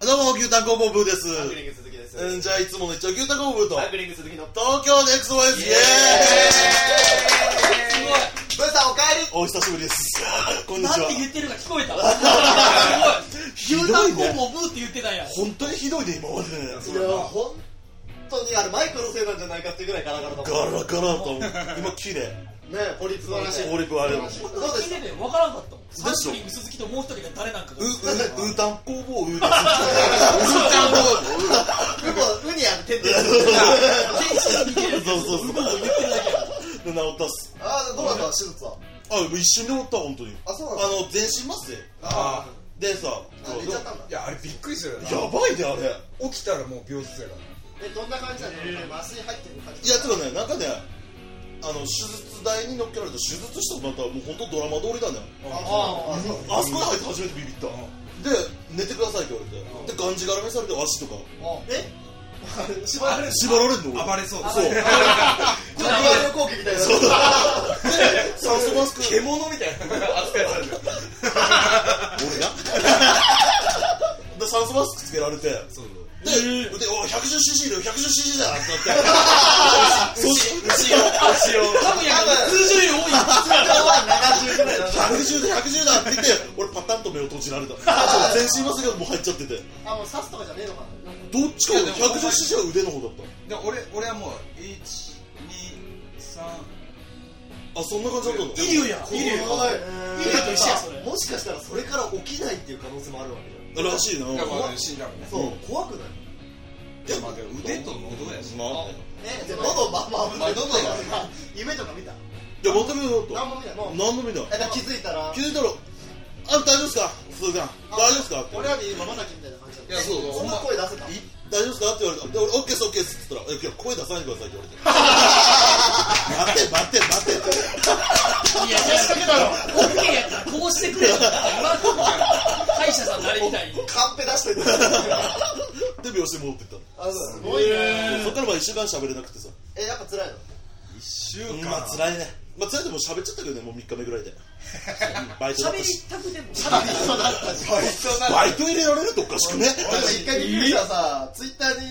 どうも、牛タン工房ブーです。ハングリング鈴木です。うん、じゃあ、いつもの一応牛タン工房ブーと、ハン東グリング鈴木の。す京で XOS、イエーイごい。ブーさんおかえり。お久しぶりです。こんになちんはて。言ってるか聞こえた。すごい。牛タンひどいね工房ブーって言ってたやん。本当にひどいで、今までね。いや、本当にあれマイクのせいなんじゃないかっていうぐらいガラガラだもん。ガラガラと、今、綺麗。ね、ポリツの話。ポリプあれどうでし俺 聞いてて分からんかったもん。しょハングリング鈴木ともう一人が誰なんか がう、う、。うーたん工房、うーたん。た。ウコウニやってんだよ。 そうそうそう。で治ったっす。あ、どうだった手術は。あ、もう一瞬で治った、本当に。あ、そうあなの。の、全身麻酔。あでさ、あ、寝ちゃったんだい。やあれびっくりするよなやばいで、あれ。起きたらもう病室やかえ、どんな感じなの？麻酔入ってる感いじ。や、てかね、なんかね、あの、手術台に乗っけられて手術したことになったら、もう本当ドラマ通りだね。あ、ああ、そう。そこに入って初めてビビった。で、寝てくださいって言われて。で、がんじがらめされて足とか。え？しばらく。縛られんのら暴れそうだそう。で、ドラマ旅行機みたいな。そう だ。酸素マスク。獣みたいな扱いされる俺が で、酸素マスクつけられて。そうで、で、お 110cc だよ、110cc だってなって。そし牛多分やけど通常より多い。 70ぐらいだな。 110だ、110だって言って、俺パタンと目を閉じられた。全身麻酔がもう入っちゃってて。あ、もう刺すとかじゃねえのかな。どっちかだよ、110cc は腕の方だった。で俺俺はもう123あ、そんな感じだったのイリュウやん。イリュウ。いいいよと一緒やそれもしかしたらそれから起きないっていう可能性もあるわけじゃんらしいな。だからままあ死んだもんねそう怖くないまあでも腕と喉やしあ、えじゃあ喉まま危ない喉が夢とか見たいや、また見なかった。何も見ないもう何の見ない。えだから気づいたら気づいたら、あんた大丈夫ですか鈴木さん。大丈夫ですかって俺らで今まさきみたいな感じだったいやそうそんな声出せたい大丈夫ですかって言われた。で、俺、オッケーです、オッケーですって言ったら、え、今日声出さないでくださいって言われて。待て、待て、待てって。いや、確かにだろ。オッケーやったらこうしてくれよ。歯医者さんなれみたいに。カンペ出してるで、病室に戻っていったの。あすごいねそっからまあ1週間喋れなくてさ。えやっぱ辛いの一週ま間あ、辛いね。まあ、辛いでも喋っちゃったけどね、もう3日目ぐらい で。バイトだった喋りし。たくても。バイトなバイト入れられるとおかしくねなんか一回びっくりしたらさツイッターに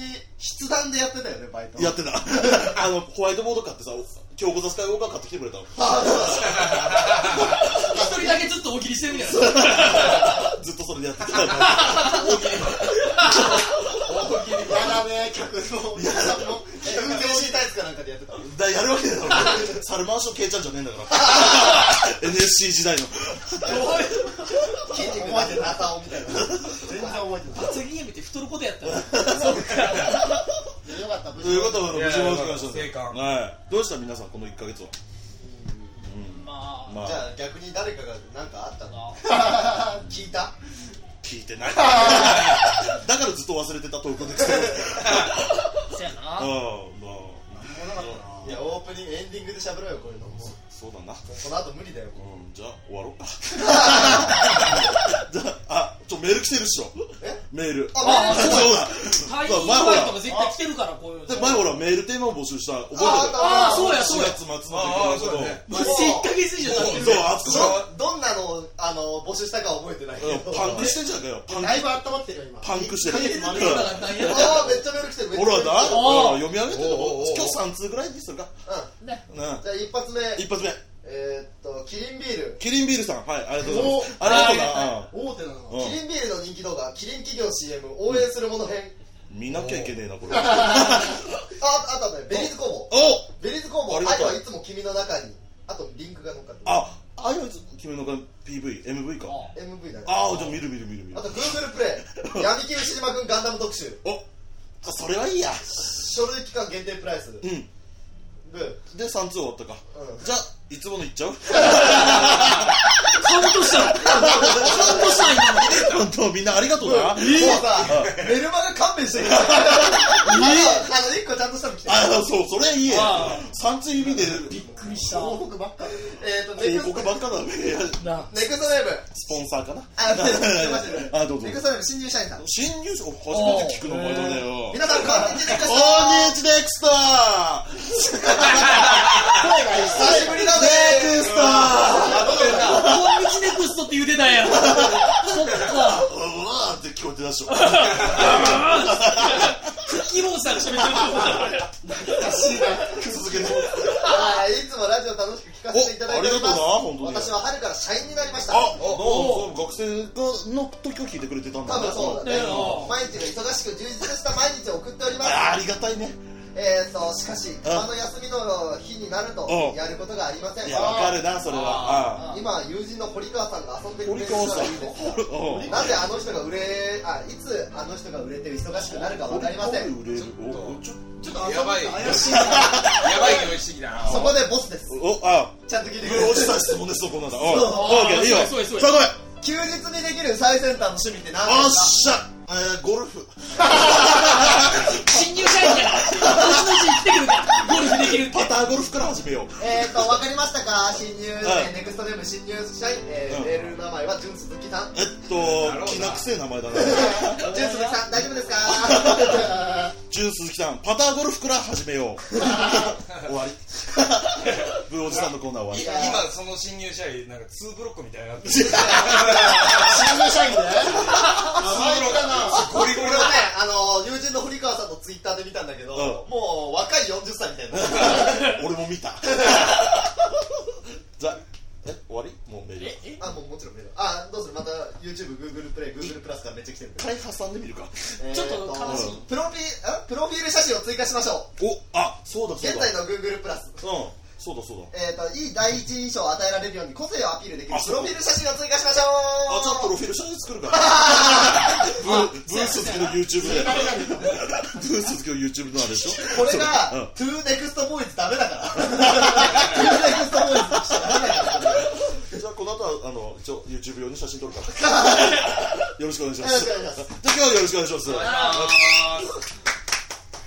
筆談でやってたよねバイトやってた。 あの、ホワイトボード買ってさ、今日ご座使いオーカー買ってきてくれたの。一人だけずっと大喜利してるみたいな。ずっとそれでや ってた。やだね客のお客さんも運転したいつかなんかでやってただやるわけないだろ 猿回しを消えちゃうんじゃねえんだから NSC 時代の筋肉覚えてるなさおみたいな全然覚えて罰ゲームって太ることやったら。ないよかった無と事いうことは無いや事にお疲れ様でし生還たはいどうした皆さんこの1か月は まあ。まじゃああ逆に誰かが何かあったの聞いた聞いて ないだからずっと忘れてたトークです けどそうやああな。まあいやオープニングエンディングで喋ろうよこういうのもうそうだなこの後無理だよもうんじゃあ終 わろうかじゃああちょメール来てるっしょえメールあそうそうだ会員そうイン前ほバイらトが絶対来てるから、こういうの。で前ほらメールテーマを募集した覚えてるああ、そうや、そう4や。月末の時ああのそうだねマジ1ヶ月以上経ってるそう熱くなうどんなのをあの募集したかは覚えてないけいどうんパンクしてんじゃんかよパンクだいぶ温まってるよ今パンクしてる1ヶ月丸だからなんやああめっちゃメール来てるめっちほゃメらール来てだ、るお読み上げてるおうおうおう今日3通ぐらいにするか。ねうん。うんじゃあ一発目一発目。えーっとキリンビールキリンビールさん。はい、ありがとうございます。おありがとう大手なのうんキリンビールの人気動画キリン企業 CM 応援するもの編な。うん。見なきゃいけねえな、これ。ああとねベリーズ工房おベリーズ工房ありがと愛うはいつも君の中にあとリンクが乗っかってるあ、あいつ、君のが PV、MV か。 MV だねああ、じゃあ見る見る見る見るあ。と Google プレイ闇金牛島くんガンダム特集おあ、それはいいや。書類期間限定プライスうん。ブーで、3通終わったか。うんじゃあ、いつものいっちゃうカウントしたのカウントした今の本当、みんなありがとうな。もうさメルマガ勘弁してくれあの1個ちゃんとしたの来てあ、そう、それいいやあ。 3通指で、びっくりした広 告ばっかえっとネク広スト告ばっかだね。なネクストウェーブスポンサーかな。あすいませんすいませんあ、どうぞネク。ストウェーブ新入社員さん新入社、お初めて聞く名前だねよ。皆さんこんにちはこんにちは、ネクスト久しぶりだねネクストこんにちネクストって言うてたんやそっかうわーって聞こえ手出しちゃクッキーモンスターが喋ってるう続けてはい、いつもラジオ楽しく聞かせていただいておおありがとります。うな本当に私は春から社員になりました。あ多どう学生がの時は聞いてくれてたんだ分そうだねねえ。毎日が忙しく充実した毎日を送っております。あありがたいねえー、そう、しかし、たまの休みの日になるとうん、やることがありません。いやわかるなそれは今、友人の堀川さんが遊んでくれ堀る川人さがんいるんですがうんなぜあの人が売れ、あ、いつあの人が売れて忙しくなるかわかりません。売れるおおちょちょっとやばい、やばい怪しい な匂いしてきたな。そこでボスです。おあちゃんと聞いてくおだじさい。さん質問ですそこなんだおそうオーケーいいよそうですそうでさすあごめん休日にできる最先端の趣味って何おっですしゃえーゴルフ新入社員だから後々生きてくるからゴルフできるってパターゴルフから始めようかえーと、わかりましたか新入、うんネクストネーム新入社員、えーうんメール名前は純鈴木さん。えっなるほとどな気なくせえ名前だな純鈴木さん、大丈夫ですか ジュン鈴木さんパターゴルフから始めよう終わりブーおじさんのコーナーい終わ今その新入社員なんかツーブロックみたいになってる。新入社員で甘いかなゴリゴこリれだはね、あの友人の堀川さんのツイッターで見たんだけど、うもう若い40歳みたいな。り俺も見たじゃえ終わりもうメールえあ、もうもちろん見る。あ、どうするまた YouTube、Google プレイ、Google プラスからめっちゃ来てるけど。回挟んでみるかえーちょっと悲しいプロフィーんプロフィール写真を追加しましょう。おあそうだそうだ現在の Google プラス。うんそうだそうだえー、といい第一印象を与えられるように個性をアピールできるあそプうロフィール写真を追加しましあじゃあプょうロフィール写真作る からブーブー鈴木の YouTube でブー鈴木の YouTube のあれでしょこそれううんが 2NEXTBOYS ダ メだから 2NEXTBOYS しちゃダメだ からよじゃあこの後はあの一応 YouTube 用に写真撮るからよろしくお願いしまろすしくじゃお願いしますあ今日はよろしくお願いしますあ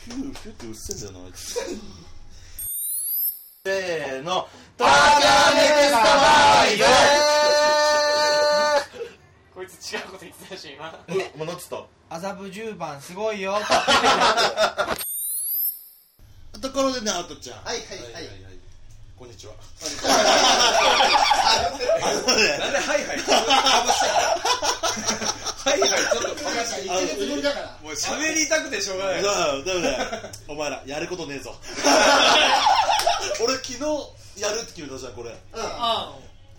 ヒューヒューってうっせえんじゃないせーのこいつ違うこと言ってたし今もうなってた麻布十番すごいよ ところでね、あとちゃん。はいはいはいい。こんにちは。ー なんではいはいかぶしてんのはいはいちょっとかぶしてんのあのだからもう喋りたくてしょうがない。だだよね。お前ら、やることねえ ぞ。俺、昨日、やるって決めたじゃん、これ。あ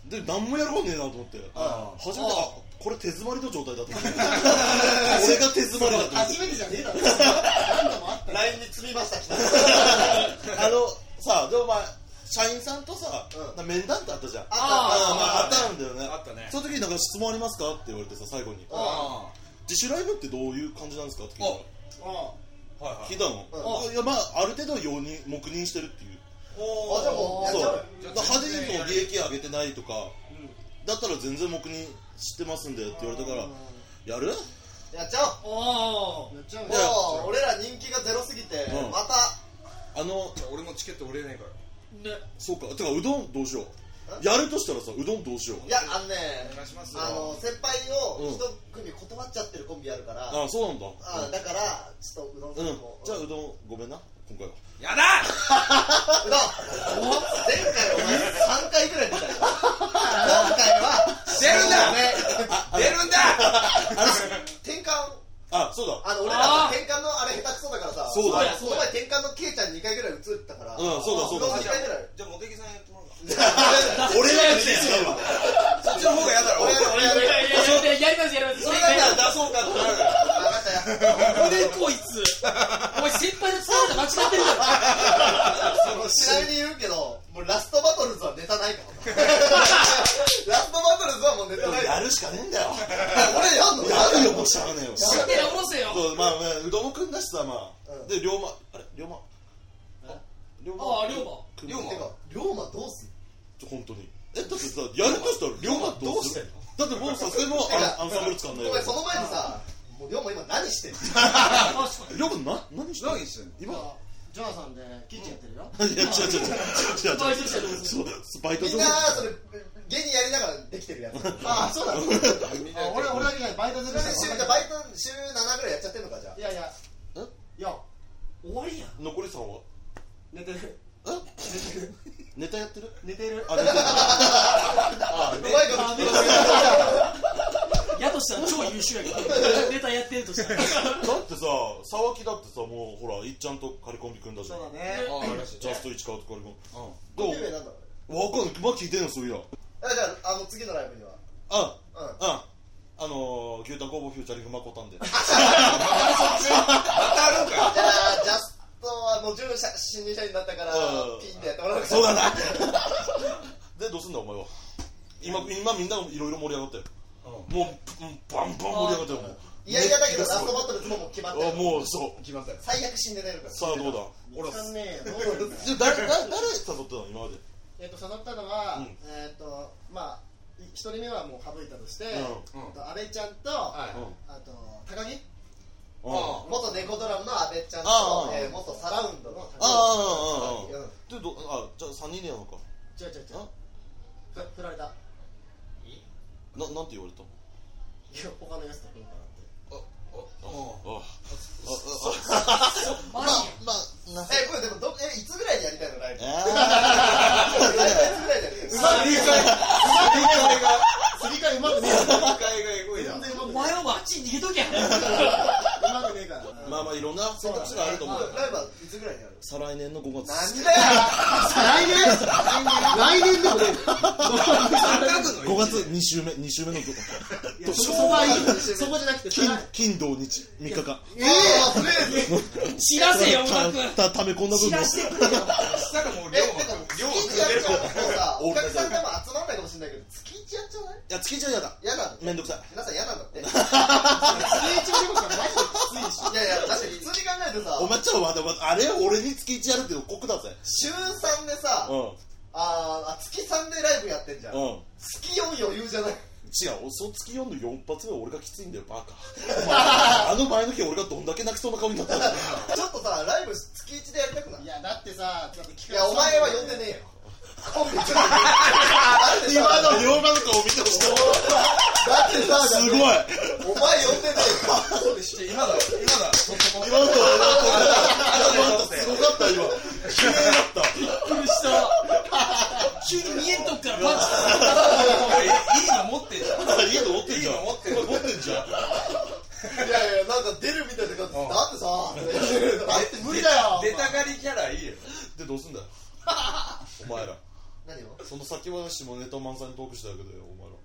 で、なんもやることねえなと思って。初めて、あ、これ手詰まりの状態だと 思って。俺が手詰まりだと思って。初めてじゃねえだろ LINE に積みました来たあの、さ、でもお前、社員さんとさ、な面談ってあったじゃん。あああ、まあ、あったんだよね。あったねその時になんか質問ありますかって言われてさ、最後に。あ自主ライブってどういう感じなんですかって聞いたのあはいは聞いたの、いやまあある程度容認黙認してるっていうおあじゃあもそうやっちゃうだから派手にその利益上げてないとか、だったら全然黙認してますんでって言われたから、やるやっちゃあおおうもう俺ら人気がゼロすぎてうんまたあのい俺もチケット売れねえから。ーねそうかてかうどんどうしようやるとしたらさうどんどうしよういやあのねお願いしますよあの先輩を一組断っちゃってるコンビやるからああそうなんだあだからちょっとうどんうさん、んうんもじゃあうどんごめんな今回はやだうどん前回お前3回ぐらい出たよ今回は出るんだね 出るんだ転換あそうだあの俺らさ転換のあれ下手くそだからさそうだお前お前転換のケイちゃん2回ぐらい映ったからうんそうだそうだうどん2回ぐら いじゃあ、茂木さんやってもらおうか。俺のやつですよ今そっちの方がやだろ。俺俺やがる俺やいやる いやいややりますやります出そうかってなるから。分かったよこれこいつお前先輩の使われた間違ってるからちなみに言うけどもうラストバトルズはネタないか らなラストバトルズはもうネタないからやるしかねえんだよ俺やんのやるよもうしゃあねえよ知ってる下ろせよそうまあ、まあ、うどんもくんだしさまあ、うんで龍馬あれ龍馬龍ああ龍馬くん龍馬てか龍馬どうすん本当にえだってさやるとしたら龍馬どうするだってもうさすがにもうてかアンアンサンブル使わないのよお前その前にさもう龍馬今何してんの龍馬な何してんの何してんの今ジョナさんでキッチンやってるよいや違う違う違う違う違うバイトしてるそうバイトみん上なそれ芸人やりながらできてるやつ ああそうなの俺俺だけじゃないバイトすそるれしで週じゃあバイト週7ぐらいやっちゃってんのかじゃあいやいやえいや終わりやん残り3は寝てるネタやってる寝てるあネタうまいこと聞いてるやとしたら超優秀一緒やけど、ネタやってるとしたら。 だってさ沢木だってさもうほらいっちゃんとカリコンビ組んだじゃんそうだねああらしいジャスト1買うとカリコンどコンビ名うなんだろうねわかんないまあ聞いてんのそういやあじゃああの次のライブにはあうんうんあのー、牛タン工房フューチャリングマコタンでじゃあジャストはもう準社新入社員になったからうんピンでやってもらうか らそうだなでどうすんだお前は今今みんながいろいろ盛り上がったよもううんバンバン盛り上がったよもういやいやだけどラストバトルズももう決まあってるもうそう決まったよ最悪死んで出るからさあどうだ俺わかんねえよ じゃあ誰誰誰誘ってたの今までえっと誘ったのは、うんえっとまあい一人目はもう省いたとして、うんあと阿部ちゃんと、はいうんあと高木うんあ元猫ドラムの阿部ちゃんとああえー元サラウンドのああ高あああ木うんでどあじゃあ三人でやるのか違う違う違うふ振られたいななんて言われたや他のやつと組むからってああああマジやまあなえこれでもどえいつぐらいにやりたいのライブライあブはいつぐらいでやりたいの理解理解がすり替えうまくね理解がエゴいえな全然うまおくね前はあっちに逃げとけ。えうまくねえからなーまあまあいろんな選択肢があると思うよライブはいつぐらいにやる再来年の5月なんだよ来年来年でもね5月2週目2週目の5えい月やそこはいいそこじゃなくて金さ金土日3日間ええ忘れる知らせ よ、うまく。たたため込んだ分知もらしてくれよ。したらもうえ量てかが量が月一増やえるるかかららもうさお客さん多分集まんないかもしれないけど月一やっちゃうねいや月一は嫌だ嫌なんだってめんどくさい皆さん嫌なんだってい月一もでもさマジできついしやいや確かに普通に考えてさお前ちょっと待って待ってあれ俺に月一やるって酷だぜ週3でさうんあーあ月3でライブやってんじゃんうん月4余裕じゃ ない違う嘘つき4の4発目は俺がきついんだよバ カあの前の日俺がどんだけ泣きそうな顔になったのちょっとさライブ月1でやりたくないいやだってさだっていやお前は呼んでねえよコンビちょっとだってさ今の両番の顔見てほしいだってさすごいお前呼んでねえよそうでして今だ今だそこ今の顔後ですごかった今綺麗だったびっくりした 急に見えんとくからマジいやいいの持ってんじゃんいいの持ってんじゃんいいの持ってる持ってんじゃんいやいやなんか出るみたいな感じうんだって さだって無理だよ出たがりキャラいいよでどうすんだよお前ら何をその先話もネタ満載にトークしたわけだよお前ら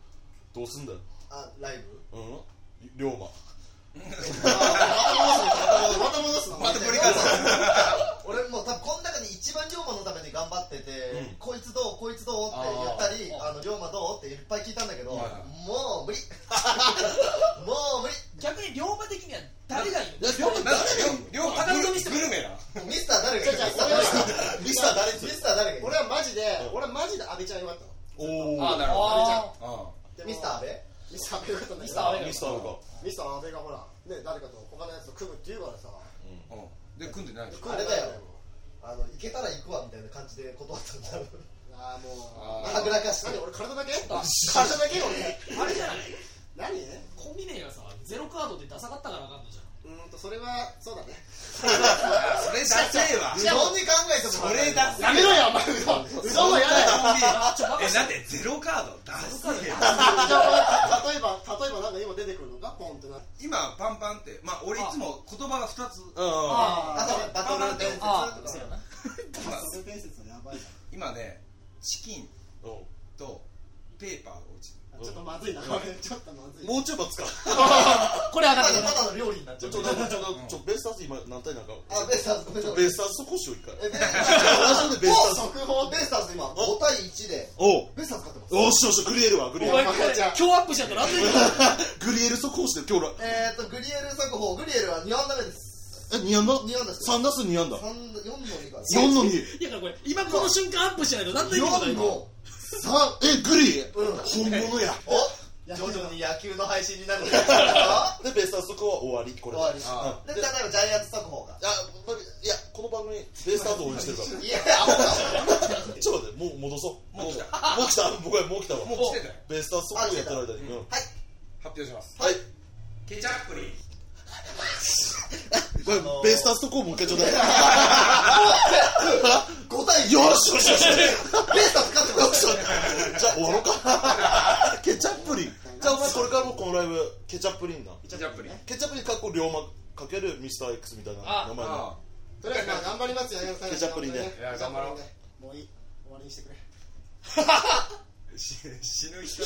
どうすんだよあライブうん龍馬また戻すのまたぶり返す 俺もう多分この中に一番龍馬のために頑張ってて、うんこいつどうこいつどうって言ったりあの龍馬どうっていっぱい聞いたんだけど、はいはいもう無理もう無理逆に龍馬的には誰がいいの両方両方グルメなミスター誰がいいじゃあじゃあミスター誰ミスター誰がいい俺はマジで俺はマジで阿部ちゃんよかったのおああおなるほど阿あ部ちゃんミスター阿部ミスター阿部よかったねミスター阿部ミスターのミスター阿部がほらね誰かと他のやつと組むっていうからさうんで組んでないでしょ組あんれでだたよあの行けたら行くわみたいな感じで断ったんだろうああもあうーなはぐらかして何俺体だけ体だけ俺あれじゃない何うコンビ名がさゼロカードでダサかったからあかんのじゃんーんとそれはそうだね それダセえわうどんに考えてもそれダセやめろよお前うどんうどんはやだよえだってゼロカードダセえよじゃあ例えば例えばなんか今出てくるのかポンってな今パンパンってまあ俺いつも言葉が2つああとねバトル伝説とあかそうやなまあそれ伝説のやばいな今ねチキンうんうんとペーパーが落ちるちょっとまずいなこれちょっとまずいもうちょいばつかこれ上がってたるだただの料理になっちちゃょうちょちょちょちょベイスターズ今何対何かあベイスターズごめんなさいベイスターズと腰を一回えベイスタラジオでベイスターズ速報ベイスターズ今5対1でおうベイスターズ勝ってますよしよしグリエールはグリエおール前これ今日アップしちゃったらあんでグリエール速報して今日らえーと、グリエル速報、グリエルは2安打目です。え2安打2安打です。 3打数2安打三4の2か。 4の2いやだからこれ今この瞬間アップしないと何でいいことない4のさえグリエうん本物やお徐々に野球の配信になるんじゃないですかでベイスターズ速報は終わりこ終れわあり。あで、例えばジャイアンツ速報が。まいやこの番組ベイスターズ応援してるからいや、あった。ちょっと待って、もう戻そう。もう来たもう来た。僕はもう来たわ。もう来てたよベースターズ速攻やってる間に。うんはい。発表しますはい。ケチャップリンこれ、ベースターズ速攻もう一回ちょうだい。よ5対1。しよしよしよし。ベイスターズ勝ってます。じゃあ終わろうか。ケチャップリン。じゃあお前これからもこのライブケチャップリンなケチャップリンケチャップリンかっこ龍馬かけるミスター X みたいな名前のあとりあえずまあ頑張りますよ、山さんケチャップリンでいや頑張ろうケチャップリンでもういい、終わりにしてくれ。あし死ぬ人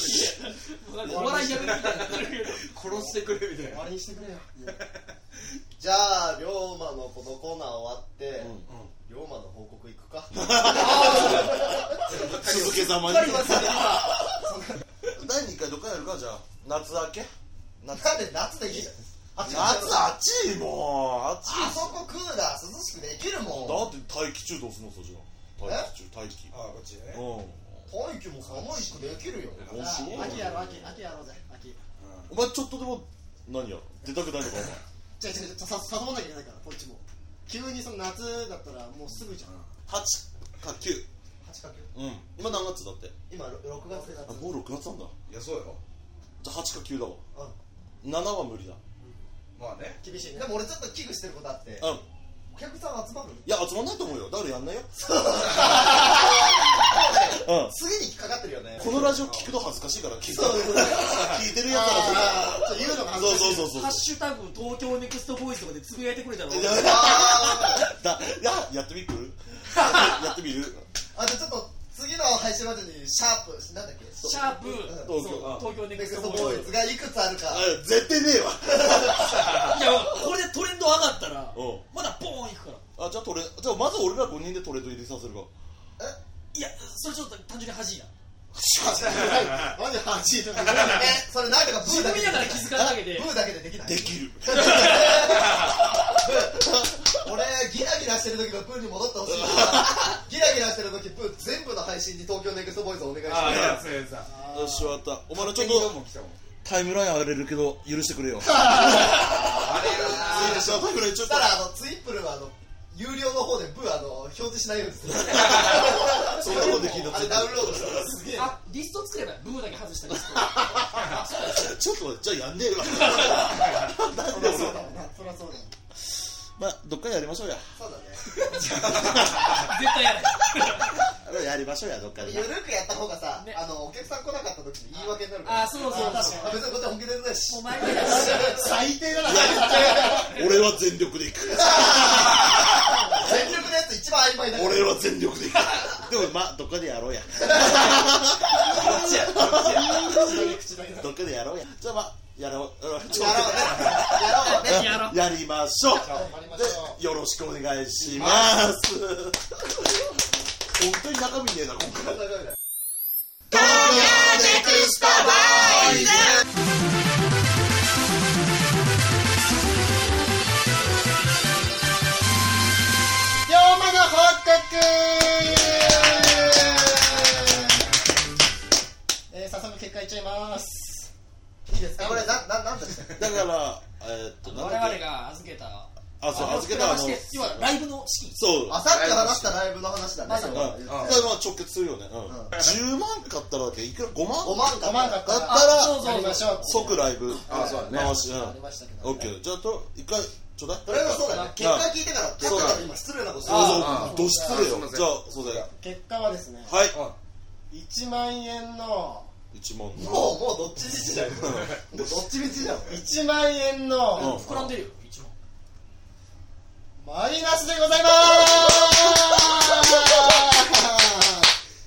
でお笑いやめるみたいになってるけど殺してくれみたいな終わりにしてくれよ。じゃあ龍馬のこのコーナー終わって、ん龍馬の報告いくか鈴木様に第2回どっかやるかじゃあ夏明け夏なんで夏でいいじゃんあ夏暑いもん暑いあそこクーラー涼しくできるもだんって待機中どうすんのそれじゃあ待機中待機あこっちねうん大気も寒いくできるよおしい秋やろう、秋、秋やろうぜ、秋。お前ちょっとでも何や出たくないのか違う違う違う、さ誘わなきゃいけないから、こっちも。急にその夏だったらもうすぐじゃん。お前8か9 8かうん今何月だってけ今ろ6月であもう6月なんだいやそうよじゃあ8か9だわ7は無理だまあね厳しいで。ねも俺ちょっと危惧してることあってうんお客さん集まるいや集まんないと思うよだからやんないよ うん次に引っかかってるよねこのラジオ聞くの恥ずかしいから聞いてる聞いてるやつはあーちょっと言うのが恥そうそうそずかしいうそうハッシュタグ東京ネクストボーイズとかでつぶやいてくれ たら俺いやはだいやや ってみるやってみるあじゃあちょっと次の配信までにシャープなんだっけシャープ東そう京東京ネネククストストボボーイーイズがいくつあるか あ絶対ねえわいやこれでトレンド上がったらうんまだボーンいくからあじゃあトレじゃあまず俺ら5人でトレード入れさせるかいやそれちょっと単純に恥いなマジで恥じいだからねそれなんとかブ自ーだ分けやから気づかないだけでブーだけでできないできる俺ギラギラしてる時のプーに戻ってほしいギラギラしてる時プー全部の配信に東京ネクストボーイズお願いしまあすいやそうやさよし終わったお前らちょっ昨日とも来たもんタイムライン荒れるけど許してく れよあれや いいでしょタイムラインちょそっとしたらあのツイップルはあの有料の方でブーあの表示しないようにするそんなことできんだあれダウンロードしたらすげえなあリスト作ればブーだけ外したリスト ちょっと待ってじゃあやんねえわなんでそ俺うだよな、そりゃそうだよ。まあどっかでやりましょうやそうだね 絶対やらないやりましょうやどっかでゆるくやった方がさ、ねあのお客さん来なかった時に言い訳になるからあそうそうあ確かあ別にこっちは本気でやってないしもう毎回やらない最低だな。 俺は全力で行く全力のやつ一番曖昧だから俺は全力で行くでもまあどっかでやろうや口だけだ。どっかでやろうやじゃあまあやろうやろうちょっやろうねやろうねやろうとやりましょう頑張りましょう。よろしくお願いします。本当に中身ねえな、今回。龍馬の報告えー、早速結果いっちゃいますいいですかあこれなななんだっけだから、えーっと、なん我だっ々け。が預けたあ、そう、預けたあ膨らまの、そう。して要はライブの資金あさっき話したライブの話だねまさにうん、だからまあ直結するよね、うんん10万買ったらだっけいくら5 5万万か5万だかだったったららそうそうやりましょう即ライブあそうだね回し、うありんましたけどオッケーじゃあと一回ちょうだいとりあえずそうだね結果聞いてからそうだだ今失礼なことしてるそうあそうど失礼あすいまよせんじゃあそうだよ結果はですねはいあ1万円の1万もうもうどっちみちじゃんもうどっちみちじゃん1万円のうん膨らんでるよ一応マイナスでございま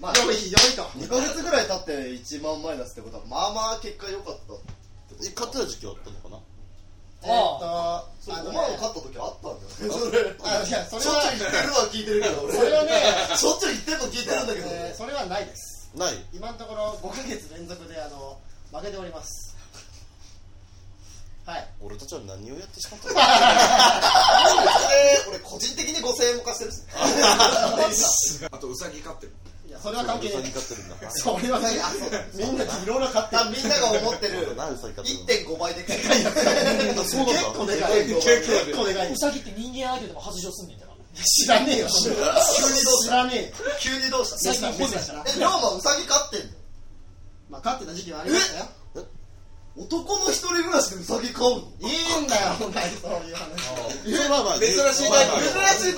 まあすよいよいと2ヶ月ぐらい経って1万マイナスってことはまあまあ結果良かった買ってた時期はあったのかなえーっとあそうの5ね万を勝った時あったんだよねあいやそれしょっちゅう言っはてるのは聞いてるけど俺それはねしょっちゅう言ってるの聞いてるんだけどえーそれはないですない今のところ5ヶ月連続であの負けておりますはい俺たちは何をやってしまった俺個人的に5000円も貸してるしあとウサギ飼ってるいやそれは関係なウいサギ買ってるんだそれはねみんな色々買ってあみんなが思ってるそうだなウサギ買ってる1.5倍でかいやつあそうなんだ結構でかい結結構でかいウサギって人間相手でも発情すんねんだから知らねえよ知らねえよ 急にどうした最近本出したなえ龍馬ウサギ飼ってんのまあ勝ってた時期はありましたよえ男の一人暮らしでウサギ飼うのいいんだよ、お前、そういう話。まあまあ珍しいタイプまあまあ珍しいタイプ珍し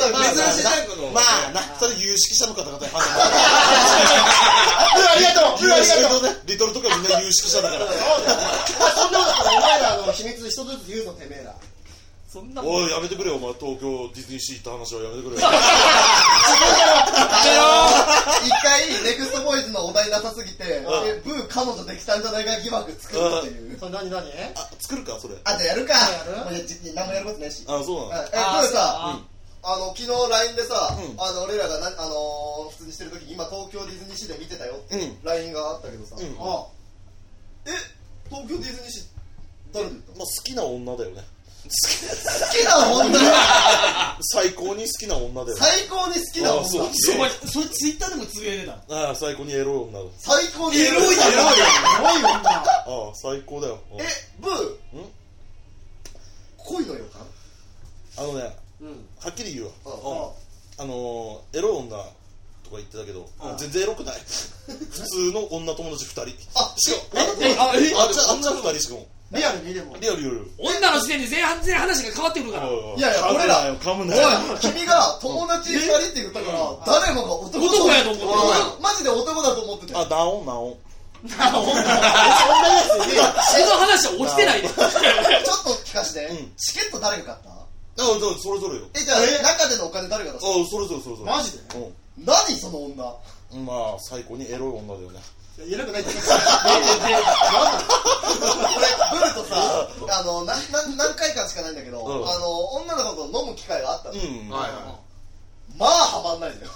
いタイプのまあな、それ有識者の方々に判あ、ありがとう、断ありがとう。うリトルとかみんな有識者だから。そんなことあったらお前らの秘密一つずつ言うぞ、てめえら。そんなもんおい、やめてくれよ、お前、東京ディズニーシー行った話はやめてくれよ。一回ネクストボーイズのお題なさすぎてえブー彼女できたんじゃないか疑惑作るっていうそれ何何あ、作るか、それ。あじゃあやるかるもういやじ何もやることないしあ、そうえブなの。ーさあの昨日 LINE でさ、うんあの俺らがな、あのー普通にしてる時に今東京ディズニーシーで見てたよってうん LINE があったけどさ、うんあえ東京ディズニーシー誰で行ったまあ、好きな女だよね。好きな女最高に好きな女だよね。最高に好きなあそう女そうそれツイッターでもつぶやいてたああ、最高にエロい女だ。最高にエロいよすごい女。ああ、最高だよ。うんえブーん恋の予感あのね、うんはっきり言うわ。あうんあのー、エロい女とか言ってたけど、全然エロくない。普通の女友達2人。あしかも、あえあっちゃあっちゃ2人しかも。リアルにでも。リアルリアル。女の時点で全然話が変わってくるからおいやいや噛む俺らなよ噛むなよおい君が友達2人って言ったから誰もが男男やと思っておいマジで男だと思ってたあ、ダオン、ダオン。その話は落ちてないでちょっと聞かしてうんチケット誰が買ったあ、そうそれぞれよ。えじゃあ中でのお金誰が出あ、したそれぞれそれぞれ。マジで何その女うん。まあ、最高にエロい女だよね。いや、偉くないって言俺ブルとさあのなな何回かしかないんだけどうんあの女の子と飲む機会があったうのん。はいはまあハマんないのよ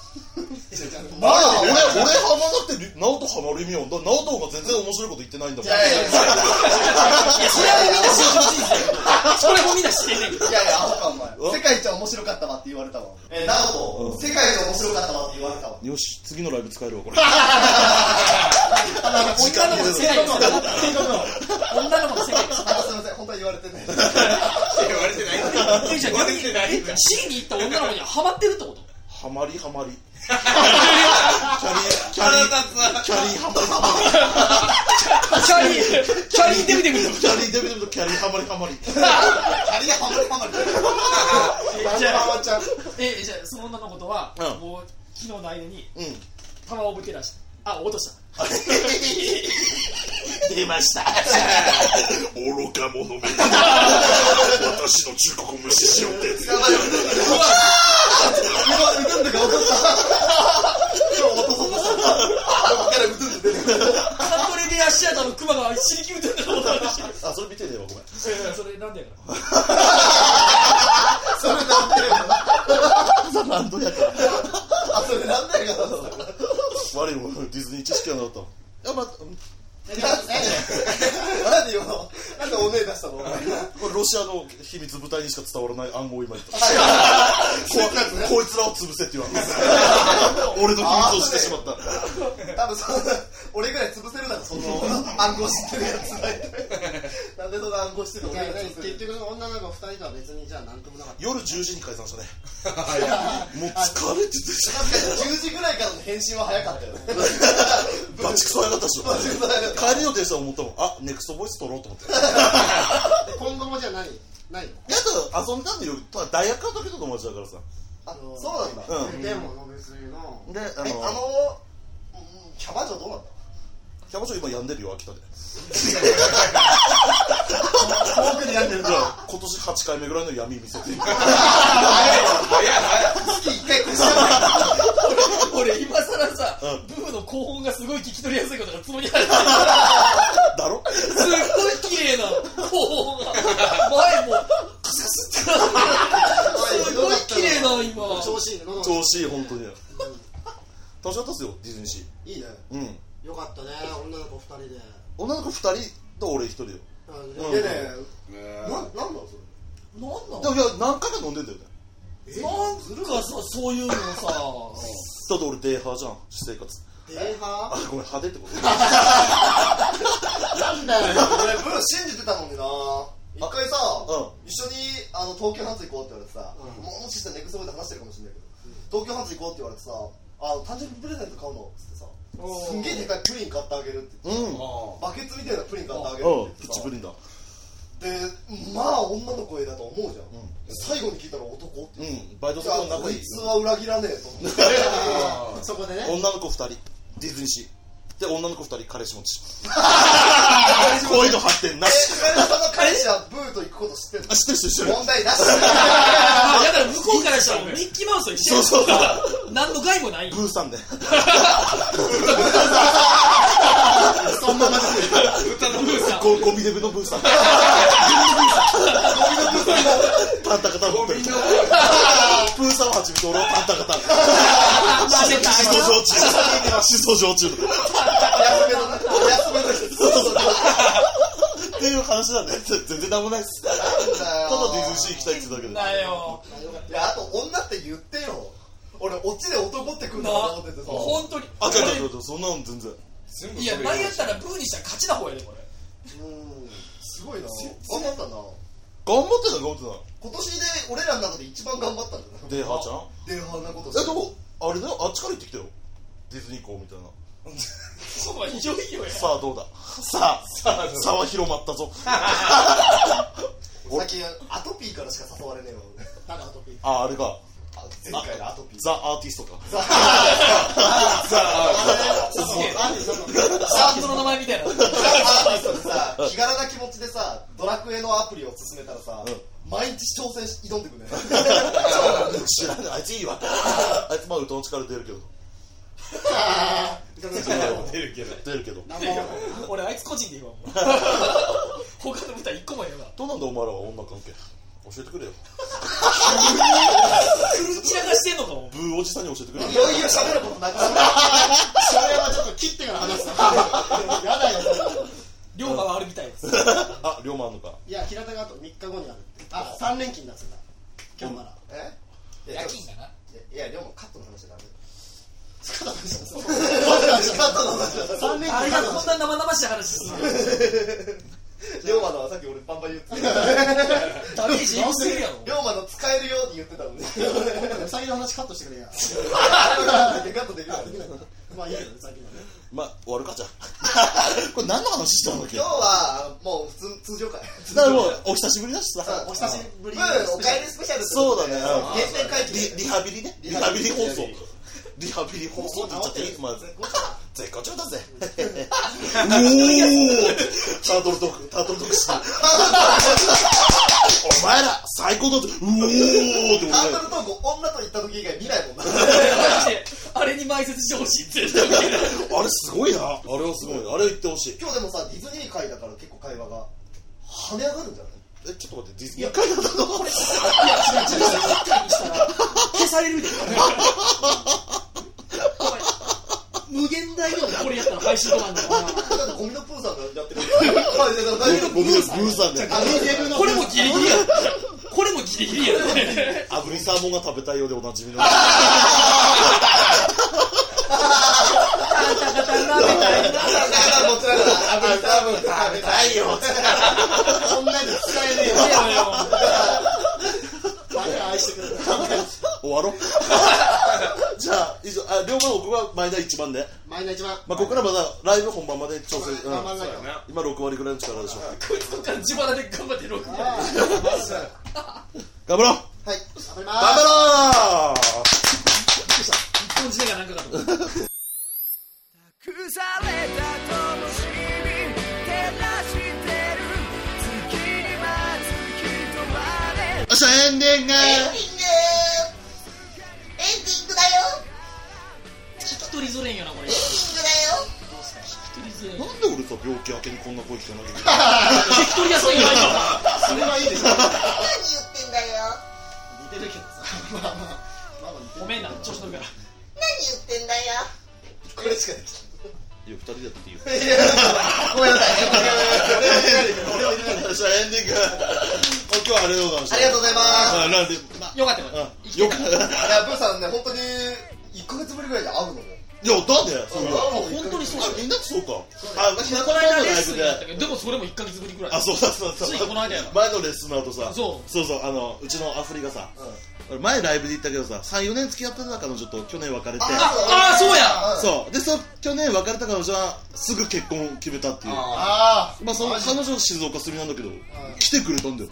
まあ俺、俺俺はハマだって、ナオトハマる意味は、ナオトが全然面白いこと言ってないんだもん。いやいやいやそれはみんな知ってほしいですよそれもみんな知ってんねんいやいや、アホかおうん前。世界一面白かったわって言われたわ。えー、なるうほんど。世界一面白かったわって言われたわ。よし、次のライブ使えるわ、これ。時間のこと世界ですから女の子の世界ですあ、すいません、本当は言われてない。い言えじわれて ないゃあ言われてないえ C に行った女の子にはハマってるってことハマりハマり。キャラ立つわキャリーハマりハキャリーキャリーデブデブマり。キャリーデビデビとキャリーハマりハマり。あれがハマりハマり。じゃあハマちゃん。えじゃあその女の子とは、うんもう昨日の間にうん。球をぶけ出したあ落とした出ました。 愚か者め。私の忠告を無視しようって。やばいよ。うわ今、うどんとか落とした。今日落とそうとした。ここからうどんと出てくる。サントリーで足跡のクマが死にきめてんだと思ったらしいあ、それ見てねえわ、ごめん。 それなんだよなそれなんだよ。ザランドやから。あ、それなんだよ。悪いもん、ディズニー知識はなかったわ。やば、こなんで今の、なんでお姉出したのお前れロシアの秘密部隊にしか伝わらない暗号を今言 った。ここいつらを潰せって言われます。 俺の秘密を知ってしまった。多分そんな俺ぐらい潰せるならその暗号知ってるやつないとなんでそんな暗号してるの俺が潰せ結る局、女の子2人とは別に、じゃあ、なんともなかった。夜10時に解散したね。もう疲れてて、確かに10時ぐらいからの返信は早かったよねバチクソ早かったでしょ。帰りの電車思ったもん。あ、ネクストボイス撮ろうと思って。で今後もじゃあ何ないのやだ、遊んだんだよ。ただ大学の時の友達だからさ。あそうなんだうん。でも、別にの。で、あえの、あのうんキャバ嬢どうなんだキャバ嬢今病んでるよ、秋田で。遠くでやってるじゃあ、今年8回目ぐらいの闇見せて。月1回越しちゃう 俺今さらさ、うんブーの高音がすごい聞き取りやすいことがつも りあるだろすっごい綺麗な高音が前もカサカサってすごい綺麗な今調子いいね、喉調子いい、本当に。楽しかったっすよ、ディズニーシー。いいね。うん。よかったね、女の子2人で。女の子2人と俺1人よ。うんででねね、ななんだそなんなんでもいや、何回か飲んでんだよね。なんかさそういう のをさだって俺、デー派じゃん、私生活。礼あ拝、ごめん、派手ってことなんだよ。れ俺ブー信じてたのにな一回さうん一緒にあの東京ハンズ行こうって言われてさうんもしかしたらネクストボーイで話してるかもしれないけど東京ハンズ行こうって言われてさあの誕生日プレゼント買うのっつってさすんげえでかいプリン買ってあげるって言ってうんバケツみたいなプリン買ってあげるうんってプ言ってチプリンださでまあ女の声だと思うじゃん、うん最後に聞いたら男っうてんバイト先いのやこ仲いいいつは裏切らねえと思 ってそこでね女の子2人ディズニーシーで女の子2人彼氏持ち こういうの発展なえしそれでその彼氏はブーと行くこと知ってんあ知ってる人知ってのる問題なしあだから向こうからしたらミッキーマウスと一緒そうそう何の害もないブーさんでそんなマジでゴゴミデブのブーさんゴミのブーさんパンタカタン持ってるブーさんをはじめて俺はパンタカタンバレた思想上中思想上中安めのね安めの人っていう話なんだよ全然何もないっすただディズニーシー行きたいって言ってただだよいやあと女って言ってよ俺オチで男ってくるなのかと思っててさ本当にけどあ違う違う違うそんなの全然全部いやそれなんやったらブーにしたら勝ちな方やでこれうんすごいな頑張ったな頑張ってた頑張って今年で俺らの中で一番頑張ったんじゃたデーハーちゃんない電話なことえでもあれだよあっちから行ってきたよディズニー行こうみたいなそうかいよいよやさあどうださあさあ差は広まった ぞ最近アトピーからしか誘われねえわ俺なんかトピックああれかあ 前回のアトピー ザ・アーティストかあるよそのサートの名前みたいなアーティストでさ気軽な気持ちでさドラクエのアプリを進めたらさ、うん毎日挑戦し挑んでくんね知らないあいついいわあいつまあ歌の力出るけど出るけど出るけど何も俺あいつ個人で言 わんもん他の舞台一個もやわどうなんだお前らは女関係教えてくれよ散らかしてんのかもブーおじさんに教えてくれよいよいよ喋ることなくなったそれはちょっと切ってから話す やだよそれ龍馬はあるみたいですあ龍馬あんのかいや平田があと3日後にあるってあ三3連勤だっつうんだ今日からえいや夜勤だないやいやでもカットの話はダメ肩の話だ カットの話はダメ3連あれが勤肩こんな生々しい話するの龍馬のはさっき俺バンバン言ってたダメージエグすぎるやろ 龍馬の使えるように言ってたのねのウサギの話カットして くれやカットできない今まあいいけどウサギ のねまあ終わるかじゃあ これ何の話したんだっけ日はもう普通通常会だからもうお久しぶりだしさお久しぶブりーおかえりスペシャルってこそうとだでね原点回帰リリハビリねリハビリ放送リハビリ放送って言っちゃっていいまあ絶好調だぜおータートルトークタートルトークしたお前ら最高だぜうおーって俺ターがトルトーク女と行った時以外見ないもんなあれに埋設してほしいってあれすごいなあれはすごいなあれ言ってほしい 今日でもさディズニー会だから結構会話が跳ね上がるんじゃないえちょっと待ってディズニー会だったのこれ消されるでお前無限大のこれやったら配信止まんだよだってゴミのプーさんがやってるはいだから大丈夫僕のブーさんであのゲームのこれもギリギリやこれもギリギリやね炙りサーモンが食べたいようでおなじみのだから持ちながらあぶり多分食べたいよそんなに使えねえよバカ愛してくれる終わろうじゃあ以上あ両方僕は前田一番で、マイナー一番まあ、ここからまだライブ本番まで調整、うん頑張んなきゃ今6割ぐらいの力でしょこいつとか自腹で頑張って録画頑張ろうはい頑張ります頑張ろう一本締めがなんかかと思った腐れた灯火に照らしてる月に待つ人までよっしゃエンディング聞き取りづれんよなこれ聞き取りづれんなんで俺さ病気明けにこんな声聞かなきゃいけない聞き取りやすいんじゃないかそれはいいでしょ似てるけどさまあまあまあまあ似てるごめんな調子乗るからこれしかできいや2人だっていいよないごめんなさい俺はよっしゃエンディング今日はありがとうございましたありがとうございますあなんで、まよかったよかあ、よくいっやだっていやブーさんね本当に1ヶ月ぶりぐらいで会うのもそうよた本当にそうあだよみんなってそうかあこ平の子さんのラ間レッイスブンでやったけどでもそれも1ヶ月ぶりくらいあそうだそうだついこの間やな前のレッスンの後さそうそうそうあのうちのアフリがさ、俺前ライブで言ったけどさ34年付き合ってた彼女と去年別れてああそうやそうでそ去年別れた彼女はすぐ結婚決めたっていうあまあそのマジ彼女は静岡住みなんだけど来てくれたんだよ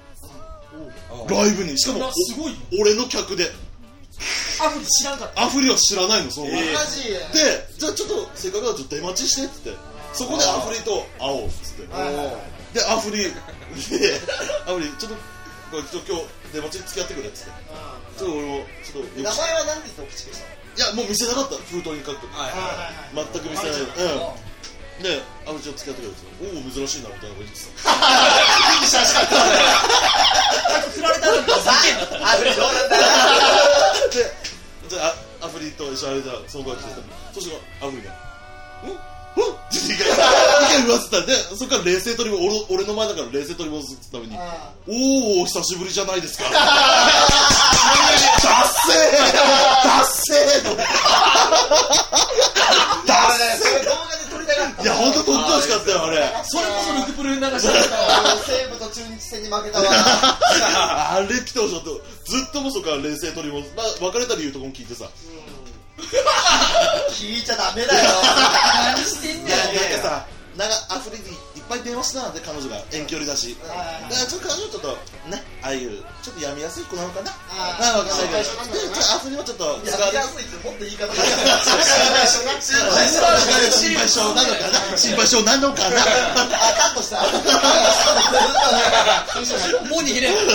ライブにしかもなすごいよお俺の客でアフリ知らんかっアフリは知らないのその前、えマジでじゃあちょっとせっかくだからちょっと出待ちしてっつってそこでアフリと会おうっつってはいはいはいでアフリでアフリちょっとこれちょっと今日出待ち付き合ってくれっつってちょっと俺もちょっと名前は何て言ってお口でしいやもう見せなかった封筒に書くは全く見せないうんでアフリちょっと付き合ってくれっつっておお珍しいなみたいなこと言ってたで、たあ、それどうなんだじゃあ、アフリーと一緒に歩いたら、その子が来てた。そしたら、アフリーが、んんって二回、二回言わせた。で、そっから冷静取り戻俺、俺の前だから冷静取り戻すために、おー、お久しぶりじゃないですか。ダッセーダッセーと思ってそれ動画で撮りたかったいや、ほんと撮ってほしかったよ、あれ。たそれこそルクプル流しあの西武と中日戦に負けたわ あれ来てほしかった。ずっともうそっから冷静取り戻す。まあ、別れた理由とかも聞いてさ。聞いちゃダメだよ何してんいだや、よなんかさ、なんかアフリにいっぱい電話したで、彼女が遠距離だし。だあからちょっと彼女ちょっと、ね、ああいう、ちょっとやみやすい子なのかな。あまあ、わかんないけど、紹介しでちょっとアフリはちょっと、いや使わ見やれすいってもっと言い方があ、心配性なのかな 心配性なのかなカットしたたもう逃げれん入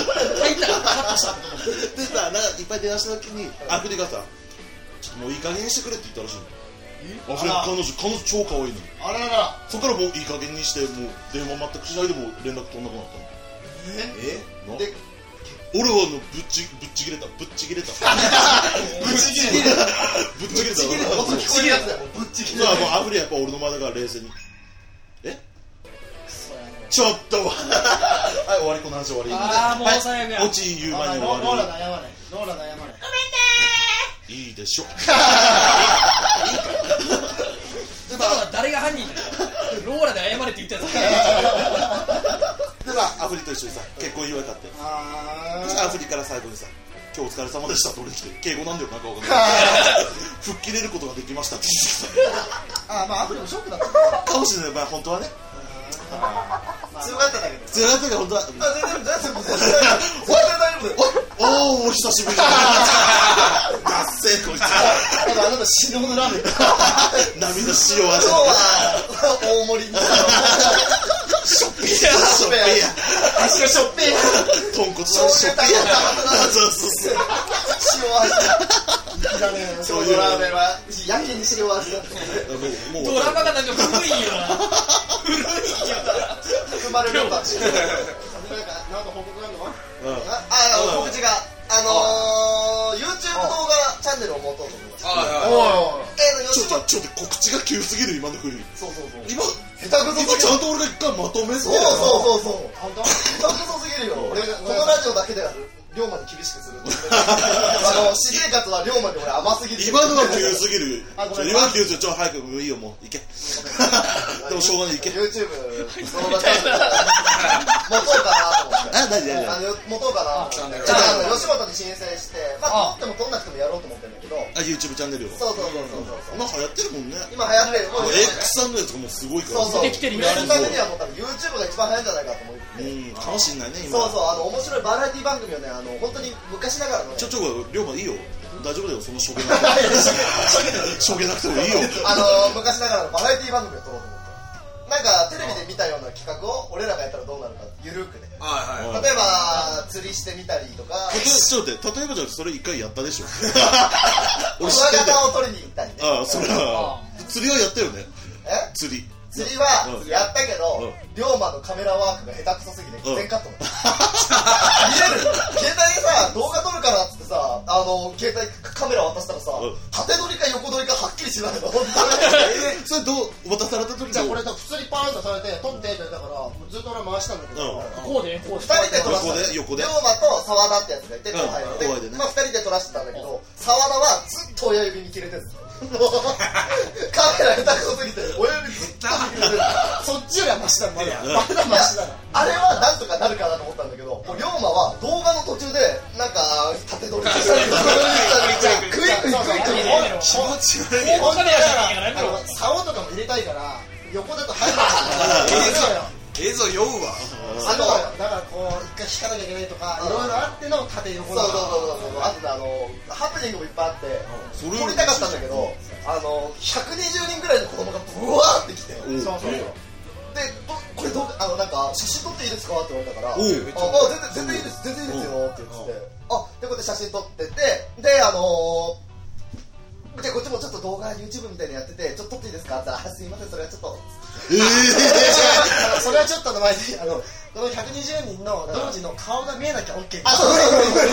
ったからカットしたでさ、なんかいっぱい電話した時に、アフリがさ、ちょっともういい加減にしてくれって言ったらしいの。アフリ彼女、彼女超可愛いの。あらららそこからもういい加減にして、もう電話全くしないでもう連絡取んなくなったの。えで俺はあのぶっちぶっちぎれたぶっちぎれたぶっちぎれたぶっちぎれた音聞こえるやつだよぶっちぎれまあもうアフリはやっぱ俺の前だから冷静にえちょっと はい終わりこの話終わりああもう最悪や落ち言う前にノ終ーラわ悩まないノーラ悩まないりいいでしょだから誰が犯人だよローラで謝れって言ったやつでさアフリと一緒にさ結婚祝い買ってあそしたらアフリから最後にさ今日お疲れ様でしたって俺に来て敬語なんだよなんかわかんない 吹っ切れることができましたって言ってあまあアフリもショックだったきたかもしれないまあ本当はね強かっただけど辛かったから本当はあ、全然大丈夫全然大丈夫おーお久しぶりだなダッセーこいつただあなた死ぬほどラーメン涙しようあ今日は大盛りにショッピーやショッピーや足がしょっぺー豚骨のシ醤ョッピ油だーけやだそうそうそう塩味だねそういうラーメンはやけに塩味だもうもドうラマがなんか古いよ生まれるかなんかなんか報告があるのうんあ、あの告知があのー YouTube 動画チャンネルを持とうと思いますいはいおいえちょっ YouTube とちょっと告知が急すぎる今の振りそうそうそう今下手くそ今ちすぎるゃんと俺が一回まとめてそうそうそうそう本当下手くそすぎるよ俺このラジオだけでは龍馬に厳しくするあの私生活は龍馬に俺甘すぎる今のが急すぎるあごちょめん今の急すぎるちょっと早くもういいよもういけでもしょうがないいけ YouTube 動画チャンネル持とうかなと思ってあ何何あ何の持とうかなと思ってじゃああの吉本に申請してまあ取っても取んなくてもやろうと思ってるんだけどあ YouTube チャンネルよそうそうそうそうそう今流行ってるもんね今流行ってるももうう X さんのやつがもうすごいからそうそうできてる売よれるためにはもう多分 YouTube が一番早いんじゃないかと思ってうんてかもしんないね今そうそうあの面白いバラエティ番組をねあの本当に昔ながらのねちょちょ龍馬いいよ大丈夫だよそのしょげなくてしょげなくてもいいよあの昔ながらのバラエティ番組を撮ろうと思ってなんかテレビで見たような企画を俺らがやったらどうなるかゆるくね例えはいうんば釣りしてみたりとか例えちょっと待って例えばじゃあそれ一回やったで しょク俺ワ知ってんだよガタを取りに行ったりねああそれは釣りはやったよねえ釣り釣りはうんやったけうどん龍馬のカメラワークが下手くそすぎてうん全カットだった見れる携帯でさ動画撮るからっつってさあの携帯カメラ渡したらさうん縦撮りか横撮りかはっきりしない の本当にそれどう渡された時じゃあどうこれだ普通にパーンとされて撮ってって言ったからもうずっと俺回したんだけど、うんなこうでこうで二人で撮らせた横で横で龍馬と沢田ってやつがいてうん後輩の後輩でね まあ二人で撮らせてたんだけど沢田はずっと親指に切れてるんですよカメラ下手くそすぎて親指ずっと握ってるそっちよりはマシだまいだやまだマシだなあれはなんとかなるかなと思ったんだけどもう龍馬は動画の途中でなんか縦取りしたりとかクイックイクイックイ気持ち悪いもうカメラじゃないあからねの竿とかも入れたいから横だと入るからいいですよそうよ映像酔うわそうよだからこう一回引かなきゃいけないとかいろいろあっての縦そ横うだそうからそうそうあとねあのハプニングもいっぱいあってそ撮りたかったんだけどあの120人ぐらいの子供がブワーって来てでおうそうそうそうどこれどうあのなんか写真撮っていいですかって言われたからおうあもう全然全然いいです全然いいですよって言っててあってことで写真撮っててであのーでこっちもちょっと動画 YouTube みたいにやっててちょっと撮っていいですかって言ったらあすいませんそれはちょっとええあのそれ はちょっとあの前であのこの120人の同時の顔が見えなきゃ OK あそう無理無理無理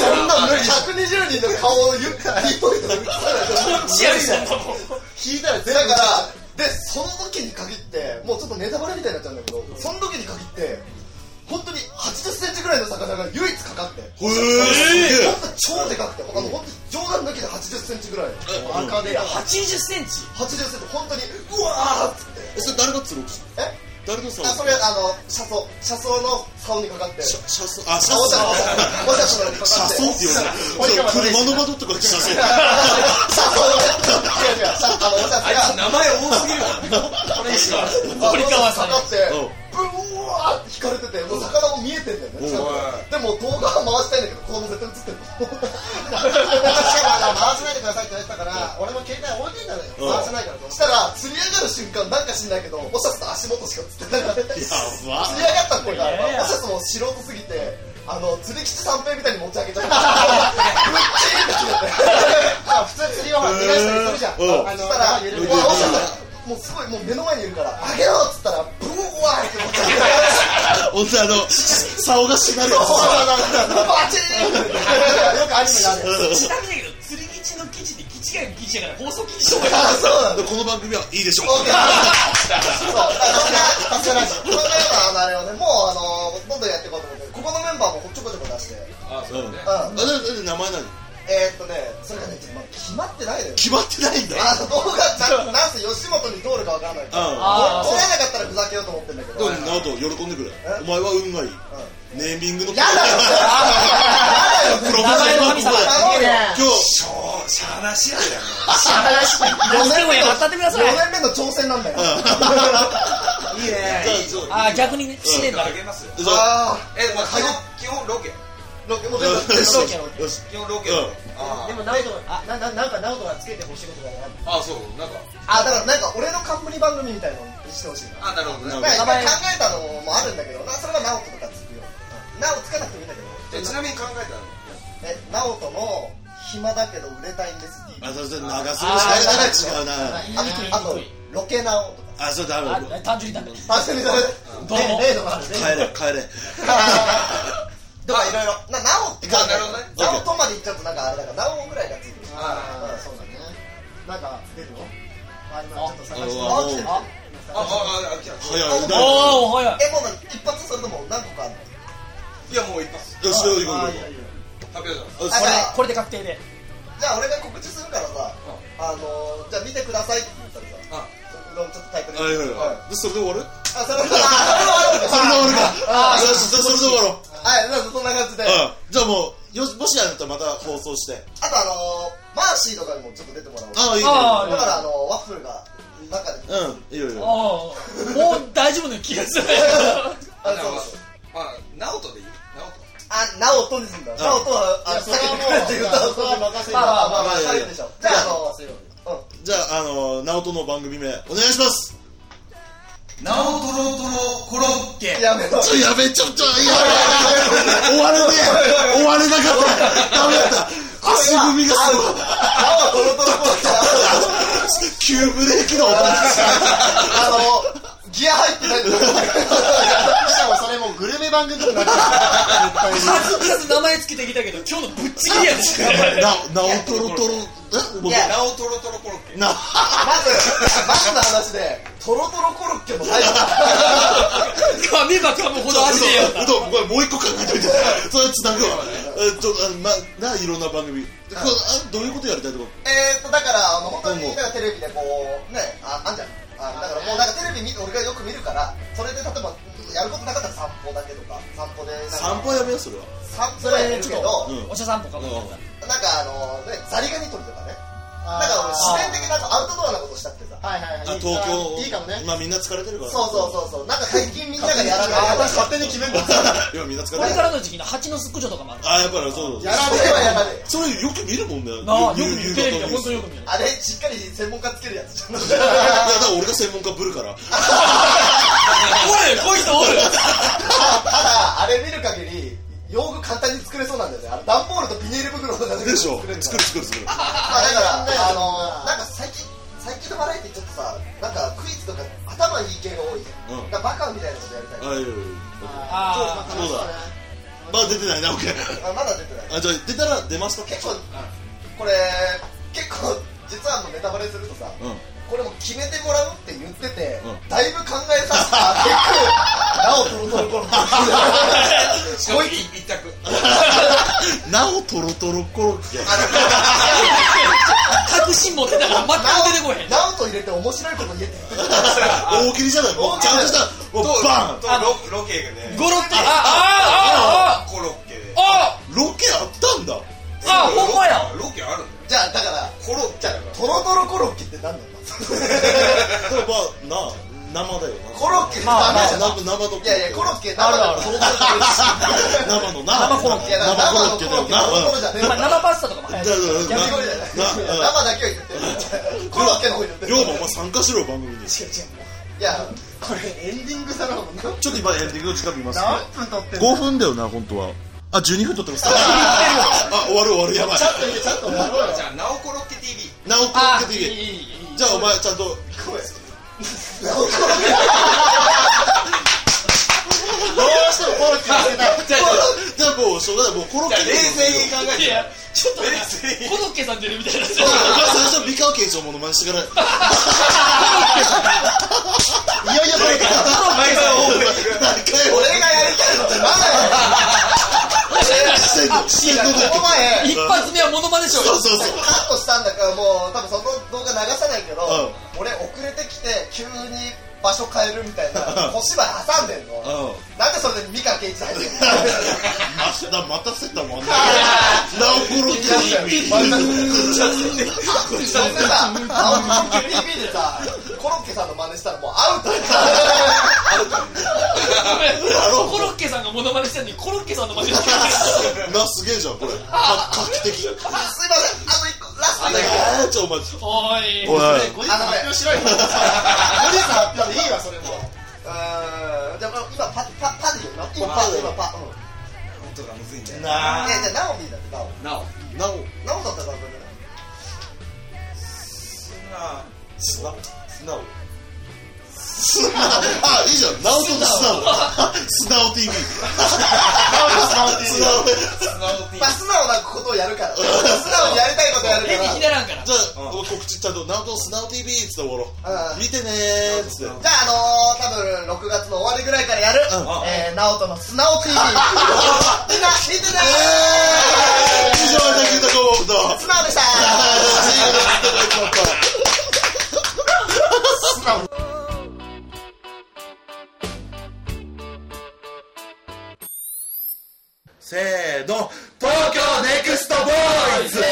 そんな無理120人の顔をゆっくりとりときチアリさんだもん引いたらゼロだからでその時に限ってもうちょっとネタバレみたいになっちゃうんだけどその時に限って本当に80センチぐらいの魚が唯一かかってー、へえ本当に超でかくて、あの本当に冗談抜きで80センチぐらい、赤で80 80センチセンチ、本当にうわーっつって、 えそれ誰が釣ろうとしたえ誰のさあそれ、あの車窓、車窓の竿にかかって、車車車窓あ車窓、車窓窓、車窓、車窓って言わない車の窓とかで車窓 車窓違う違う、車あのおしゃあいつ名前多すぎるわこれしか、堀川さんかかって、うわーって引かれてて、もう魚も見えてんだよね、でも動画は回したいんだけど、子供絶対映ってる 確かに回さないでくださいって言われてたから俺も携帯置いてんだのようん回さないからとしたら、 釣り上がる瞬間、なんか知んないけど、おしゃすと足元しか映ってなかっやた。ば釣り上がった声が、いやいやおしゃすも素人すぎて、あの、釣り吉三平みたいに持ち上げちゃった。ぶ っちまあ普通釣りを逃がしたりするじゃんうんあーのしたら、緩うめわおしゃすもうすごい、もう目の前にいるから、あげろっつったら、ブワーって持ち上げて、本当あの竿が閉まるやバチーンって。よくアニメがある。つちなみにだけど釣り基地の基地って基地外の基地だから放送禁止用あ、そうなんだ。この番組はいいでしょうそう、だから、そんな、そんなようなあれをね、もう、あのどんどんやっていこうと思って、ここのメンバーもちょこちょこ出して、うあそうねあん。だって名前何えー、っとね、それがね、ちょっとまだ決まってないのよ。決まってないんだよあの動画な、なんせ吉本に通るかわからないから、うん撮撮れなかったらふざけようと思ってんだけでど、もうん、なおと喜んでくれお前は運がいいネーミングのやだよ、プロポーザルのここだやだよ、今日しょうしゃあなしやだよ4年目の語ってください4年目の挑戦なんだよ。いいねああ逆にね試練だあげますよそうあえまあ基本基本ロケー、ロケもう全部よしロケよし基本ロケうんあでも直人あなななんか直人がつけてほしいことがああるそうなんかあ、だからなんか俺の冠番組みたいのにしてほしいな。あなるほどねまあ、一回考えたのもあるんだけど、なそれが直人とかつくよ。なおつかなくてもいいんだけえどち、なみに考えたのえ、直人の暇だけど売れたいんですっていう。あそれ長すぎるしか違うなあと、あとロケ直とあか。それダメあ単純にダメあ、それそれ。どうも例のがあるね。帰れ帰れ とかいろいろ。な、なおって考えなるほどねなおとまで言っちゃうとなんかあれだから、なおぐらいがついてる。あうあんそうだねなんか出るのあ今ちょっと探してああ来てるああああ来た早いおーおー早いえ、もう何一発それとも何個かあるのいやもう一発よしよし行あこいいよいいよ発表じゃんう行こうあじゃあ、これで確定でじゃあ俺が告知するからさ、あのー、じゃあ見てくださいって言ったらさ、うどんちょっとタイトルはいはいはいでそれで終わるあ、それは、あそれはあるんだそれで終わるかよしじゃあそれで終わろうはい、まずそんな感じで。あうんじゃあもうよしもしやるとまた放送してとあのー、マーシーとかにもちょっと出てもらおう。だああいいねあからあのー、ワッフルが中で。うんいいよいいああよもう大丈夫な気がするあ、あそうそう。まあ直人でいい直人あ、なおとにすんだ。なおとは、あいの、やさそっれきはもうからって言ったそれは任せるまあまあまあまあまあまあ、いやいやるでしょ。じゃあ、あの、せよじゃああの直人の番組名お願いしますなおとろとろコロッケやめろ。ちょやべちょちょやべ終わるね終われなかったダメだった足踏みがすごいなおとろとろコロッケ急ブレーキの音があの、ギア入ってないんだしかもそれもうグルメ番組とかなっちゃう絶対に数々名前つけてきたけど今日のぶっちぎりやでしょななおとろとろえ僕いやなおとろとろコロッケなまず、まずの話で、とろとろコロッケもない噛めば噛むほど味でようどんうどんごめんもう一個考えといてそれつなぐわうえっと、あま、な、いろんな番組。こうあどういうことやりたいとか。 えーっとだからあの本当になんかテレビでこうねああんじゃんあだからもうなんかテレビ見俺がよく見るからそれで例えばやることなかったら散歩だけとか散歩でなんか散歩はやめよう、それは。散歩はやるけど、うん。お茶散歩かもうんなんかあのねザリガニ取りとかねなあんーか俺自然的なアウトドアなことしたってさはいはいはいあ、東京。いいかもね今みんな疲れてるから。そうそうそうそうなんか最近みんながやらないあ私勝手に決めんだ今みんな疲これれてかる。らの時期の蜂の巣駆除とかもあるあ、やっぱりそうやだ。らそれはやらねえそれよく見るもんね。よなあくよく見るテレビ夕方での本当にニュースよく見るあれしっかり専門家つけるやつじゃんいや、だから俺が専門家ぶるから。おいこいつおるただあれ見る限り用具簡単に作れそうなんだよねあの段ボールとビニール袋とかでしょ作れるから作る作る作る。まあだから、あのなんか最近、最近のバラエティちょっとさ、なんかクイズとか頭いい系が多いじゃうん。んだからバカみたいなことやりたい。はいはいはい。あそうだ。まあ出てないな、オッケー。あまだ出てなあ、い。じゃあ出たら出ますか結構、これ、結構、実はもうネタバレするとさ、うん。これもう決めてもらうって言ってて、うんだいぶ考えさせた結構、なおトロトロコロコロ。しかも一択 なおトロトロコロッケ。 あ確信持ってたから全く出てこへんなおと入れて面白いこと言えって言ってた大喜利じゃない。もうちゃんとした、もうバンとロロケがねゴロッとああああコロッケであロケあったん だ。あほんまやロケあるんじだよゃあ、だから、コロッケだからトロトロコロッケって何なのそれまあ、なあ、生だよな。コロッケってまダあまメあじゃん。生生のいやいや、コ ロッケ、生あるあだるトロトロコロッケ。生のな。生コロいやだから生のコロッケ生生のココロロッじゃねえ今生パスタとかも流行ケっだてよるな。焼なき鳥じゃないなな生だけは言ってるコロッケの方言ってる龍馬お前参加しろよ番組にちょいやこれエンディングだろうなっと今エンディングの時間見ますね何分撮ってん5の分だよな本当は あ12分撮ってますあ終わる終わるやばいちゃんと言えちゃんと終わろうよじゃあナオコロッケ TV なおコロッケ TV じゃあお前ちゃんとごめんどうしてもコロッケにしてたじゃあじゃあもうしょう がないもうコロッケ冷静に考えいてやちょっと冷静にコロッケさん出るみたいになっちおゃう前最初美川憲一のモノマネしてからいやいやこれ何回俺がやりたいのっ毎回思うよて俺して何だんのしてんのだよけこの前一発目はモノマネしようそようそうそうカットしたんだからもう多分その動画流さないけどう俺遅れてきて急に場所変えるみたいな小芝居挟んでんのうんなんでそれで三影一入ってんのままたせたもんね。なおころ TV そんでさ青コロッケ TV でさコロッケさんの真似したらもうアウトごめんコロッケさんがモノマネしたのにコロッケさんのマネしてるな、すげえじゃん、これ。か画期的。すいませんあと一個ラスト一個えー、ちょ、お前。おいおい。後日発表しろよ後日発表でいいわそれもうーんじゃあもう今パパパで言うの今パ今パうん本当がむずいんだよななえじゃあナオミだってナオミななおお、ナオミだったら番組だなすな、すなお。すなお。あ、いいじゃん。なおとすなお。すなお TV。すなお。まあ素直なことをやるから素直にやりたいことやる変にからひじゃねらんからじゃあ、お前告知ちゃんと、なおとすなお TV っつって終わろあう。見てねーっつって。ああのー、多分6月の終わりぐらいからやる、うんえー、ナオトの素直 TV みんな見てねえー、以上、だけたこうーと。素直でしたせーの東京ネクストボーイズ